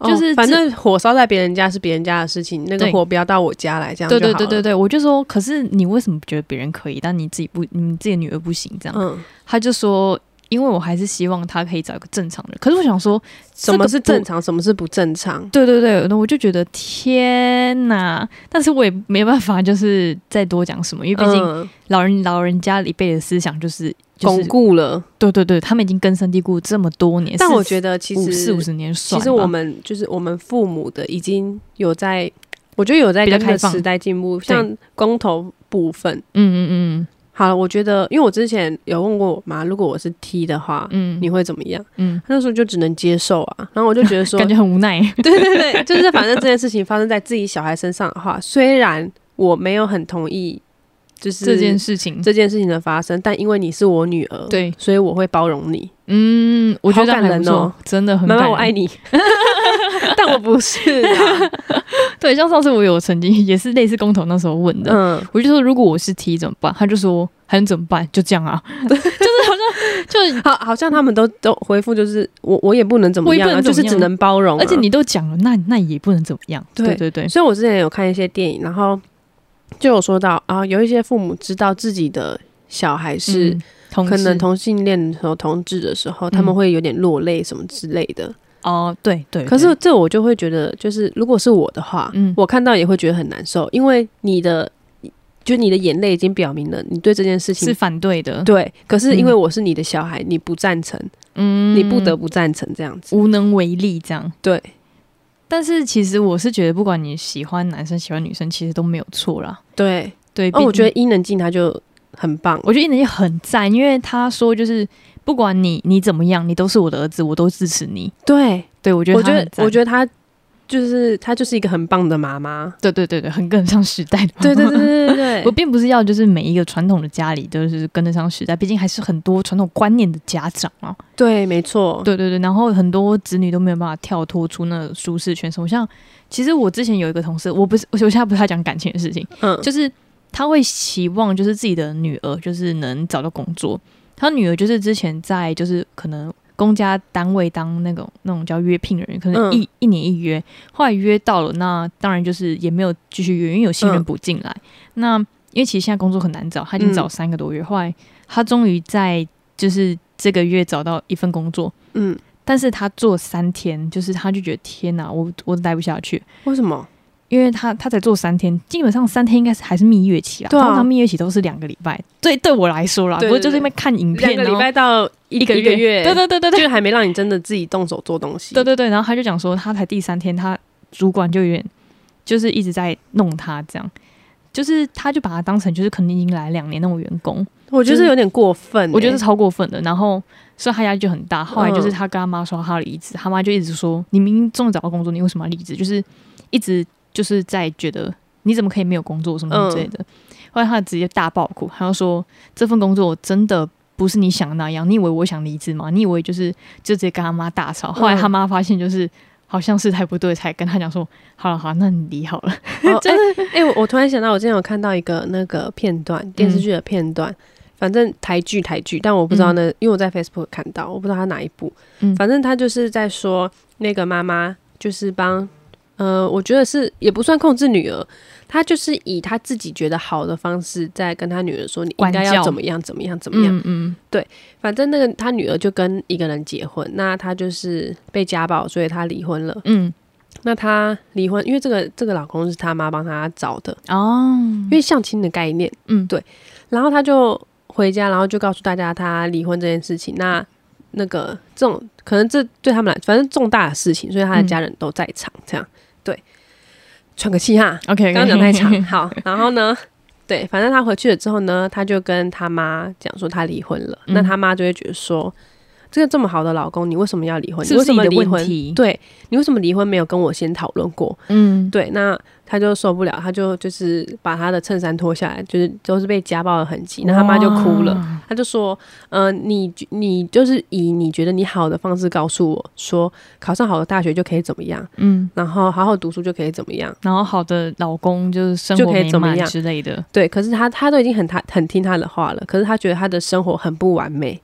[SPEAKER 2] 就是
[SPEAKER 1] 哦反
[SPEAKER 2] 这
[SPEAKER 1] 正火烧在别人家是别人家的事情，那个
[SPEAKER 2] 对
[SPEAKER 1] 火不要到我家来，这样
[SPEAKER 2] 对
[SPEAKER 1] 就
[SPEAKER 2] 对
[SPEAKER 1] 好
[SPEAKER 2] 对对
[SPEAKER 1] 了。
[SPEAKER 2] 对，我就说，可是你为什么觉得别人可以，但你自己不，你自己的女儿不行这样？
[SPEAKER 1] 嗯，
[SPEAKER 2] 他就说，因为我还是希望她可以找一个正常人。可是我想说，
[SPEAKER 1] 什么是
[SPEAKER 2] 这
[SPEAKER 1] 正
[SPEAKER 2] 个不？
[SPEAKER 1] 常，什么是不正常？
[SPEAKER 2] 对对对，那我就觉得天哪！但是我也没办法，就是再多讲什么，因为毕竟
[SPEAKER 1] 嗯
[SPEAKER 2] 老人、老人家一辈的思想就是就是
[SPEAKER 1] 巩固了。
[SPEAKER 2] 对对对，他们已经根深蒂固这么多年。
[SPEAKER 1] 但我
[SPEAKER 2] 得。
[SPEAKER 1] 觉得其
[SPEAKER 2] 五四五
[SPEAKER 1] 实
[SPEAKER 2] 十年
[SPEAKER 1] 其
[SPEAKER 2] 算吧，
[SPEAKER 1] 实我们就是我们父母的已经有在，我觉得有在
[SPEAKER 2] 比较
[SPEAKER 1] 跟着
[SPEAKER 2] 开放
[SPEAKER 1] 时代进步，像公投部分。
[SPEAKER 2] 嗯嗯
[SPEAKER 1] 好了，我觉得，因为我之前有问过我妈，如果我是 T 的话，
[SPEAKER 2] 嗯
[SPEAKER 1] 你会怎么样？
[SPEAKER 2] 嗯，
[SPEAKER 1] 她那时候就只能接受啊。然后我就觉得说，
[SPEAKER 2] 感觉很无奈。
[SPEAKER 1] 对对对，就是反正这件事情发生在自己小孩身上的话，虽然我没有很同意，就是
[SPEAKER 2] 这件事情，
[SPEAKER 1] 这件事情的发生，但因为你是我女儿，，
[SPEAKER 2] 对，
[SPEAKER 1] 所以我会包容你，
[SPEAKER 2] 嗯，我觉得
[SPEAKER 1] 好感
[SPEAKER 2] 还不
[SPEAKER 1] 人
[SPEAKER 2] 错，
[SPEAKER 1] 哦
[SPEAKER 2] 真的很
[SPEAKER 1] 妈
[SPEAKER 2] 感
[SPEAKER 1] 妈
[SPEAKER 2] 人
[SPEAKER 1] 我爱。你， 但我不是 啊，
[SPEAKER 2] 对，像上次我有曾经 也是类似公投那时候问的，
[SPEAKER 1] 嗯，
[SPEAKER 2] 我就说如果我是 T 怎么办？他就说还能怎么办？就这样啊， 就是好像 就。
[SPEAKER 1] 好，好像他们都都回复就是我我也不能怎么样、
[SPEAKER 2] 我
[SPEAKER 1] 啊，
[SPEAKER 2] 也不能
[SPEAKER 1] 就
[SPEAKER 2] 怎么
[SPEAKER 1] 是
[SPEAKER 2] 样
[SPEAKER 1] 只能包容、
[SPEAKER 2] 而且。你都讲了，那那也不能怎么样。
[SPEAKER 1] 啊对
[SPEAKER 2] 对对对，
[SPEAKER 1] 所以我之前有看一些电影，然后就有说到啊，有一些父母知道自己的小孩是、
[SPEAKER 2] 嗯同
[SPEAKER 1] 可能
[SPEAKER 2] 志
[SPEAKER 1] 同性恋的时候、同志的时候，他们
[SPEAKER 2] 嗯
[SPEAKER 1] 会有点落泪什么之类的。
[SPEAKER 2] 哦，对对。
[SPEAKER 1] 可是
[SPEAKER 2] 对
[SPEAKER 1] 这我就会觉得，就是如果是我的话，
[SPEAKER 2] 嗯
[SPEAKER 1] 我看到也会觉得很难受，因为你的就你的眼泪已经表明了你对这件事
[SPEAKER 2] 是
[SPEAKER 1] 情
[SPEAKER 2] 反对的，
[SPEAKER 1] 对，可是因为
[SPEAKER 2] 嗯
[SPEAKER 1] 我是你的小孩，你不赞成，
[SPEAKER 2] 嗯
[SPEAKER 1] 你不得不赞成这样子。
[SPEAKER 2] 无能为力这样。
[SPEAKER 1] 对，
[SPEAKER 2] 但是其实我是觉得，不管你喜欢男生喜欢女生，其实都没有错啦。
[SPEAKER 1] 对，
[SPEAKER 2] 对，
[SPEAKER 1] 哦，
[SPEAKER 2] 毕
[SPEAKER 1] 我觉
[SPEAKER 2] 竟
[SPEAKER 1] 得伊能静她就很棒，
[SPEAKER 2] 我觉得伊能静很赞，因为他说就是不管你你怎么样，你都是我的儿子，我都支持你。
[SPEAKER 1] 对，
[SPEAKER 2] 对，我觉得
[SPEAKER 1] 我觉得我
[SPEAKER 2] 得
[SPEAKER 1] 觉得她就是她就是一个很棒的妈妈。
[SPEAKER 2] 对对对对，很跟得上时代的。
[SPEAKER 1] 对对对。对对对
[SPEAKER 2] 我
[SPEAKER 1] 对，
[SPEAKER 2] 并不是要就是每一个传统的家里都是跟得上时代，毕竟还是很多传统观念的家长啊。
[SPEAKER 1] 对，没错，
[SPEAKER 2] 对对对，然后很多子女都没有办法跳脱出那个舒适圈。什么像，其实我之前有一个同事，我不是我现在不太讲感情的事情，
[SPEAKER 1] 嗯，
[SPEAKER 2] 就是他会期望就是自己的女儿就是能找到工作。他女儿就是之前在就是可能公家单位当那种那种叫约聘人，可能
[SPEAKER 1] 嗯
[SPEAKER 2] 一、一年一约，后来约到了，那当然就是也没有继续约，因为有新人
[SPEAKER 1] 嗯
[SPEAKER 2] 补进来。那因为其实现在工作很难找，他已经找
[SPEAKER 1] 嗯
[SPEAKER 2] 三个多月，后来他终于在。就是这个月找到一份工作，
[SPEAKER 1] 嗯，
[SPEAKER 2] 但是他做三天，就是他就觉得天哪，我我待不下去，
[SPEAKER 1] 为什么？
[SPEAKER 2] 因为他他才做三天，基本上三天应该是还是蜜月期啦，
[SPEAKER 1] 对啊
[SPEAKER 2] 通常蜜月期都是两个礼拜，对对我来说啦，
[SPEAKER 1] 对
[SPEAKER 2] 不过就是因为看影
[SPEAKER 1] 两
[SPEAKER 2] 片，
[SPEAKER 1] 个
[SPEAKER 2] 然
[SPEAKER 1] 礼
[SPEAKER 2] 后
[SPEAKER 1] 拜到一
[SPEAKER 2] 一
[SPEAKER 1] 个
[SPEAKER 2] 个
[SPEAKER 1] 月，
[SPEAKER 2] 对对对对对，
[SPEAKER 1] 就还没让你真的自己动手做东西。
[SPEAKER 2] 对对对，然后他就讲说，他才第三天，他主管就有点就是一直在弄他这样，就是他就把他当成就是可能已经来两年那种员工，
[SPEAKER 1] 我觉得
[SPEAKER 2] 就是
[SPEAKER 1] 是有点过分欸、
[SPEAKER 2] 我觉得是超过分的。然后所以他压力就很大。后来就是
[SPEAKER 1] 嗯
[SPEAKER 2] 他跟他妈说他离职，他妈就一直说你明明终于找到工作，你为什么要离职？就是一直就是在觉得你怎么可以没有工作什么什么之类的。
[SPEAKER 1] 嗯
[SPEAKER 2] 后来他直接大爆哭，他就说这份工作真的。不是你想的那样，你以为我想离职吗？你以为就是就直接跟他妈大
[SPEAKER 1] 嗯
[SPEAKER 2] 吵，后来他妈发现就是好像事态不对，才跟他讲说，好了好了，那你离好了。
[SPEAKER 1] 哦，
[SPEAKER 2] 真
[SPEAKER 1] 哎、哎我我突然想到，我之前有看到一个那个片段，电视剧的片段，反正台剧台剧，但我不知道那，因为我在 Facebook 看到，我不知道它哪一部。
[SPEAKER 2] 嗯
[SPEAKER 1] 反正他就是在说那个妈妈就是帮，呃，我觉得是也不算控制女儿，她就是以她自己觉得好的方式在跟她女儿说，你应该
[SPEAKER 2] 管
[SPEAKER 1] 要
[SPEAKER 2] 教
[SPEAKER 1] 怎么样怎么样怎么样。
[SPEAKER 2] 嗯嗯
[SPEAKER 1] 反正那个她女儿就跟一个人结婚，那她就是被家暴，所以她离婚了。
[SPEAKER 2] 嗯，
[SPEAKER 1] 那她离婚，因为这个这个老公是她妈帮她找的。
[SPEAKER 2] 哦，
[SPEAKER 1] 因为相亲的概念，
[SPEAKER 2] 嗯
[SPEAKER 1] 对。然后他就回家，然后就告诉大家他离婚这件事情。那那个这种可能这对他们来，反正重大的事情，所以他的家人都在场，这样对。喘个气哈，
[SPEAKER 2] OK，
[SPEAKER 1] 刚刚讲太 长，好。然后呢，对，反正他回去了之后呢，他就跟他妈讲说他离婚了。
[SPEAKER 2] 嗯
[SPEAKER 1] 那他妈就会觉得说，这个这么好的老公，你为什么要离婚？
[SPEAKER 2] 是不是
[SPEAKER 1] 你
[SPEAKER 2] 你
[SPEAKER 1] 为什么
[SPEAKER 2] 的
[SPEAKER 1] 离
[SPEAKER 2] 问
[SPEAKER 1] 婚？
[SPEAKER 2] 题？
[SPEAKER 1] 对你为什么离婚没有跟我先讨论过？
[SPEAKER 2] 嗯，
[SPEAKER 1] 对，那他就受不了，他就就是把他的衬衫脱下来，就是都是被家暴的痕迹，那他妈就哭了。
[SPEAKER 2] 哇。
[SPEAKER 1] 他就说：“嗯、你你就是以你觉得你好的方式告诉我说，考上好的大学就可以怎么样，
[SPEAKER 2] 嗯，
[SPEAKER 1] 然后好好读书就可以怎么样。
[SPEAKER 2] 然后好的老公就是生
[SPEAKER 1] 就
[SPEAKER 2] 活
[SPEAKER 1] 可以
[SPEAKER 2] 美
[SPEAKER 1] 怎么
[SPEAKER 2] 满
[SPEAKER 1] 样
[SPEAKER 2] 之类的
[SPEAKER 1] 对，可是他他都已经很他很听他的话了，可是他觉得他的生活很不完美，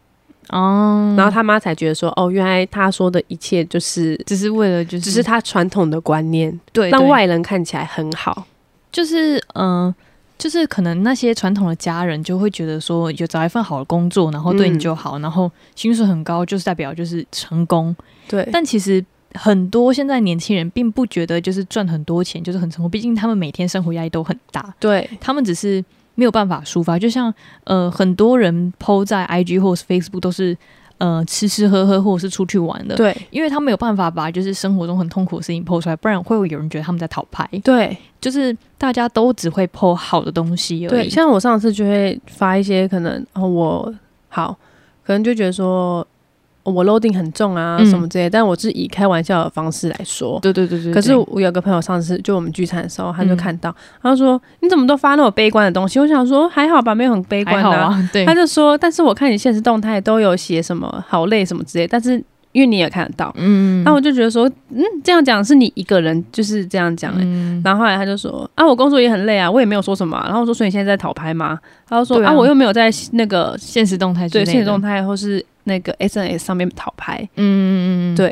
[SPEAKER 2] 哦。
[SPEAKER 1] 然后他妈才觉得说，哦，原来他说的一切就是
[SPEAKER 2] 只是为了就是
[SPEAKER 1] 只是他传统的观念，
[SPEAKER 2] 对
[SPEAKER 1] 让
[SPEAKER 2] 对
[SPEAKER 1] 外人看起来很好。
[SPEAKER 2] 就是嗯、呃就是可能那些传统的家人就会觉得说，有找一份好的工作，然后对你
[SPEAKER 1] 嗯
[SPEAKER 2] 就好，然后薪水很高，就是代表就是成功。
[SPEAKER 1] 对，
[SPEAKER 2] 但其实很多现在年轻人并不觉得就是赚很多钱就是很成功，毕竟他们每天生活压力都很大。
[SPEAKER 1] 对，
[SPEAKER 2] 他们只是没有办法抒发。就像呃，很多人 PO 在 IG 或是 Facebook 都是呃吃吃喝喝或者是出去玩的，，
[SPEAKER 1] 对，
[SPEAKER 2] 因为他没有办法把就是生活中很痛苦的事情 PO 出来，不然会有人觉得他们在讨牌。
[SPEAKER 1] 对。”
[SPEAKER 2] 就是大家都只会 PO 好的东西而
[SPEAKER 1] 对，
[SPEAKER 2] 已。
[SPEAKER 1] 像我上次就会发一些可能哦，我好，可能就觉得说、哦我 loading 很重啊、
[SPEAKER 2] 嗯
[SPEAKER 1] 什么之类的，但我是以开玩笑的方式来说。
[SPEAKER 2] 对对对对对
[SPEAKER 1] 可是我有个朋友上次就我们聚餐的时候，他就
[SPEAKER 2] 嗯
[SPEAKER 1] 看到，他就说你怎么都发那种悲观的东西？我想说还好吧，没有很悲
[SPEAKER 2] 还
[SPEAKER 1] 观
[SPEAKER 2] 好啊，对
[SPEAKER 1] 他，就说，但是我看你现实动态都有写什么好累什么之类，但是因为你也看得到，
[SPEAKER 2] 嗯
[SPEAKER 1] 那、我就觉得说，嗯，这样讲是你一个人就是这样讲、欸
[SPEAKER 2] 嗯
[SPEAKER 1] 然后后来他就说啊，我工作也很累啊，我也没有说什么啊、然后我说，所以你现在在讨拍吗？他就说
[SPEAKER 2] 对
[SPEAKER 1] 啊
[SPEAKER 2] 啊
[SPEAKER 1] 我又没有在那个
[SPEAKER 2] 现实动态之
[SPEAKER 1] 对
[SPEAKER 2] 类的
[SPEAKER 1] 现实动，态或是那个 SNS 上面讨拍，
[SPEAKER 2] 嗯嗯嗯嗯，
[SPEAKER 1] 对。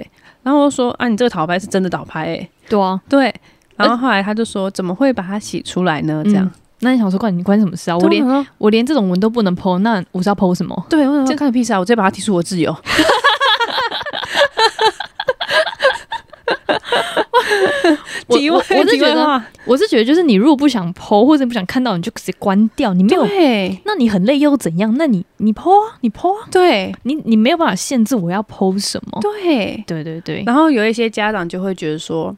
[SPEAKER 1] 然后我就说啊，你这个讨拍是真的讨拍诶、
[SPEAKER 2] 对啊。
[SPEAKER 1] 对。然后后来他就说，怎么会把它洗出来呢？这样
[SPEAKER 2] 嗯，那你想说关你关你什么事啊？
[SPEAKER 1] 对
[SPEAKER 2] 我
[SPEAKER 1] 我
[SPEAKER 2] 连
[SPEAKER 1] 想说
[SPEAKER 2] 我连这种文都不能 PO，那我是要 PO 什么？
[SPEAKER 1] 对，我
[SPEAKER 2] 这
[SPEAKER 1] 这看屁事啊！我直接把它踢出我自由。
[SPEAKER 2] 我
[SPEAKER 1] 题
[SPEAKER 2] 我
[SPEAKER 1] 外
[SPEAKER 2] 我是
[SPEAKER 1] 题外
[SPEAKER 2] 觉得
[SPEAKER 1] 话
[SPEAKER 2] 我是觉得，就是你如果不想剖或者你不想看到，你就直接关掉。你没有，
[SPEAKER 1] 对
[SPEAKER 2] 那你很累又怎样？那你你剖啊，你剖啊，
[SPEAKER 1] 对
[SPEAKER 2] 你你没有办法限制我要剖什么。
[SPEAKER 1] 对，
[SPEAKER 2] 对对对，
[SPEAKER 1] 然后有一些家长就会觉得说，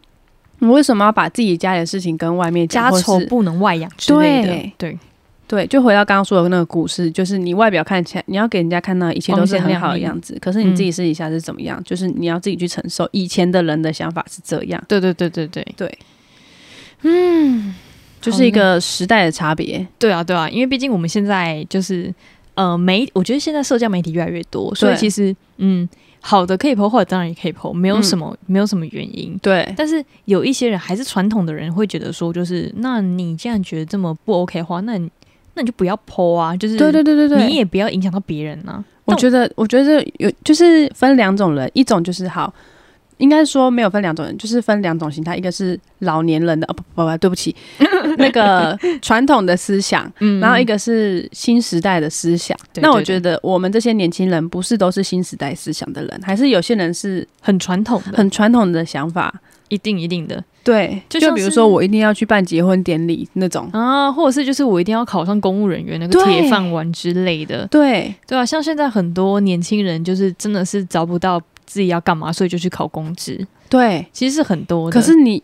[SPEAKER 1] 你为什么要把自己家里的事情跟外面讲
[SPEAKER 2] 家
[SPEAKER 1] 或是
[SPEAKER 2] 丑不能外扬之类的
[SPEAKER 1] 对。
[SPEAKER 2] 对，
[SPEAKER 1] 对，就回到刚刚说的那个故事，就是你外表看起来，你要给人家看到一切都是很好的样
[SPEAKER 2] 嗯
[SPEAKER 1] 子，可是你自己私底下是怎么样，就是你要自己去承受。以前的人的想法是这样，
[SPEAKER 2] 对对对对对
[SPEAKER 1] 对，
[SPEAKER 2] 嗯，
[SPEAKER 1] 就是一个时代的差别。
[SPEAKER 2] 对啊对啊，因为毕竟我们现在就是呃媒，我觉得现在社交媒体越来越多，所以
[SPEAKER 1] 对
[SPEAKER 2] 其实嗯，好的可以剖，坏的当然也可以剖，没有
[SPEAKER 1] 嗯
[SPEAKER 2] 什么、没有什么原因。
[SPEAKER 1] 对
[SPEAKER 2] 但是有一些人还是传统的人会觉得说，就是那你既然觉得这么不 OK 的话，那你那你就不要剖啊，就是
[SPEAKER 1] 对对对对对，
[SPEAKER 2] 你也不要影响到别人啊。
[SPEAKER 1] 我觉得，我觉得有就是分两种人，一种就是好，应该说没有分两种人，就是分两种形态，一个是老年人的哦不不不，对不起，那个传统的思想，
[SPEAKER 2] 嗯
[SPEAKER 1] 然后一个是新时代的思想。
[SPEAKER 2] 对
[SPEAKER 1] 那
[SPEAKER 2] 对
[SPEAKER 1] 我觉得我们这些年轻人不是都是新时代思想的人，还是有些人是
[SPEAKER 2] 很传统的，
[SPEAKER 1] 很传统的想法。
[SPEAKER 2] 一定一定的
[SPEAKER 1] 对，
[SPEAKER 2] 就
[SPEAKER 1] 就
[SPEAKER 2] 像
[SPEAKER 1] 比如
[SPEAKER 2] 是
[SPEAKER 1] 说我一定要去办结婚典礼那种。
[SPEAKER 2] 啊，或者是就是我一定要考上公务人员那个
[SPEAKER 1] 对
[SPEAKER 2] 铁饭碗之类的，
[SPEAKER 1] 对，
[SPEAKER 2] 对啊，像现在很多年轻人就是真的是找不到自己要干嘛，所以就去考公职，
[SPEAKER 1] 对，
[SPEAKER 2] 其实是很多的。
[SPEAKER 1] 可是你，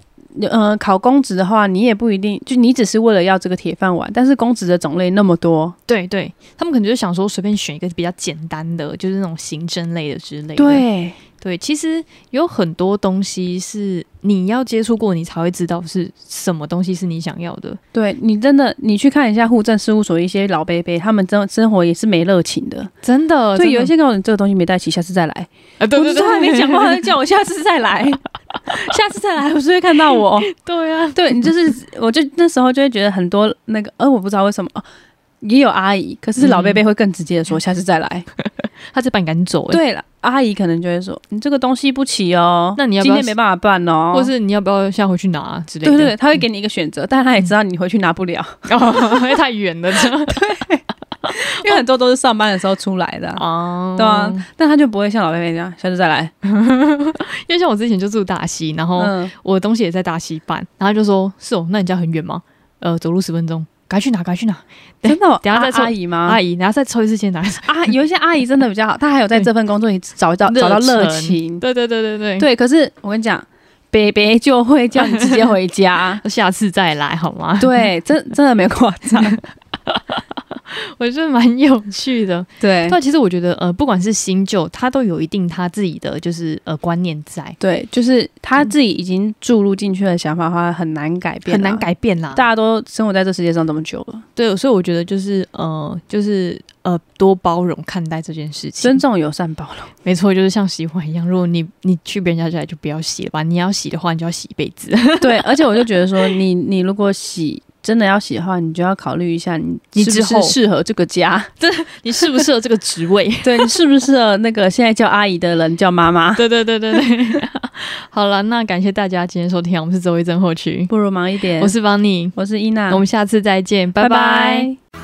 [SPEAKER 1] 呃，考公职的话，你也不一定，就你只是为了要这个铁饭碗，但是公职的种类那么多，
[SPEAKER 2] 对对，他们可能就想说随便选一个比较简单的，就是那种行政类的之类的。
[SPEAKER 1] 对
[SPEAKER 2] 对，其实有很多东西是你要接触过，你才会知道是什么东西是你想要的。
[SPEAKER 1] 对，你真的，你去看一下户政事务所一些老伯伯，他们真生活也是没热情的，
[SPEAKER 2] 真的，
[SPEAKER 1] 所以
[SPEAKER 2] 哦真的
[SPEAKER 1] 有一些跟我这个东西没带齐，下次再来。
[SPEAKER 2] 啊，对对
[SPEAKER 1] 我就
[SPEAKER 2] 对，
[SPEAKER 1] 说还没讲 话，就叫我下次再 来，下次再来，我是会看到我。
[SPEAKER 2] 对啊，
[SPEAKER 1] 对你就是，我就那时候就会觉得很多那个，呃，我不知道为什么。哦也有阿姨，可是老伯伯会更直接的说、下次再来。
[SPEAKER 2] 他是把你赶走、欸，，
[SPEAKER 1] 对了，阿姨可能就会说你这个东西不齐哦，
[SPEAKER 2] 那你要不
[SPEAKER 1] 今
[SPEAKER 2] 要
[SPEAKER 1] 天没办法办哦，
[SPEAKER 2] 或是你要不要下回去拿之类的？
[SPEAKER 1] 对对，他会给你一个选择，但他也知道你回去拿不了，
[SPEAKER 2] 嗯，哦、 因为太远了，这样
[SPEAKER 1] 因为很多都是上班的时候出来的啊。
[SPEAKER 2] 哦
[SPEAKER 1] 对啊，但他就不会像老贝贝那样，下次再来。
[SPEAKER 2] 因为像我之前就住大溪，然后
[SPEAKER 1] 嗯，
[SPEAKER 2] 我的东西也在大溪办，然后他就说：“是哦，那你家很远吗？呃，走路十分钟，赶快去拿，赶快去拿。”
[SPEAKER 1] 真的哦，
[SPEAKER 2] 等下再
[SPEAKER 1] 啊
[SPEAKER 2] 抽
[SPEAKER 1] 阿姨吗？
[SPEAKER 2] 阿姨，然后再抽一次签，拿一次。
[SPEAKER 1] 啊，有一些阿姨真的比较好，她还有在这份工作里找到
[SPEAKER 2] 热
[SPEAKER 1] 找到热
[SPEAKER 2] 忱
[SPEAKER 1] 情。
[SPEAKER 2] 对对对对对，。
[SPEAKER 1] 对，可是我跟你讲，北北就会叫你直接回 家
[SPEAKER 2] 下次再来好吗？
[SPEAKER 1] 对，真真的没夸张。
[SPEAKER 2] 我觉得蛮有趣的。
[SPEAKER 1] 对
[SPEAKER 2] 但其实我觉得，呃，不管是新旧，它都有一定它自己的就是呃观念在，
[SPEAKER 1] 对，就是他自己已经注入进去的想法的话，很难改变，
[SPEAKER 2] 很难。改变啦。
[SPEAKER 1] 大家都生活在这世界上这么久了，
[SPEAKER 2] 对，所以我觉得就是呃，就是呃，多包容看待这件事情。
[SPEAKER 1] 尊重、友善、包 容。
[SPEAKER 2] 没错，就是像洗碗一样，如果你你去别人家家里就不要洗了吧，你要洗的话，你就要洗一辈子。
[SPEAKER 1] 对，而且我就觉得说，你你如果洗真的要洗的话，你就要考虑一下你
[SPEAKER 2] 你
[SPEAKER 1] 是
[SPEAKER 2] 之
[SPEAKER 1] 不
[SPEAKER 2] 后
[SPEAKER 1] 是适合这个家，
[SPEAKER 2] 你适不适合这个职位？
[SPEAKER 1] 对你适不适合那个现在叫阿姨的人叫妈妈，
[SPEAKER 2] 对对对对对。 好了，那感谢大家今天收听啊，我们是周一真后区，
[SPEAKER 1] 不如忙一点。
[SPEAKER 2] 我是邦尼，
[SPEAKER 1] 我是伊娜，
[SPEAKER 2] 我们下次再见，拜拜
[SPEAKER 1] 拜拜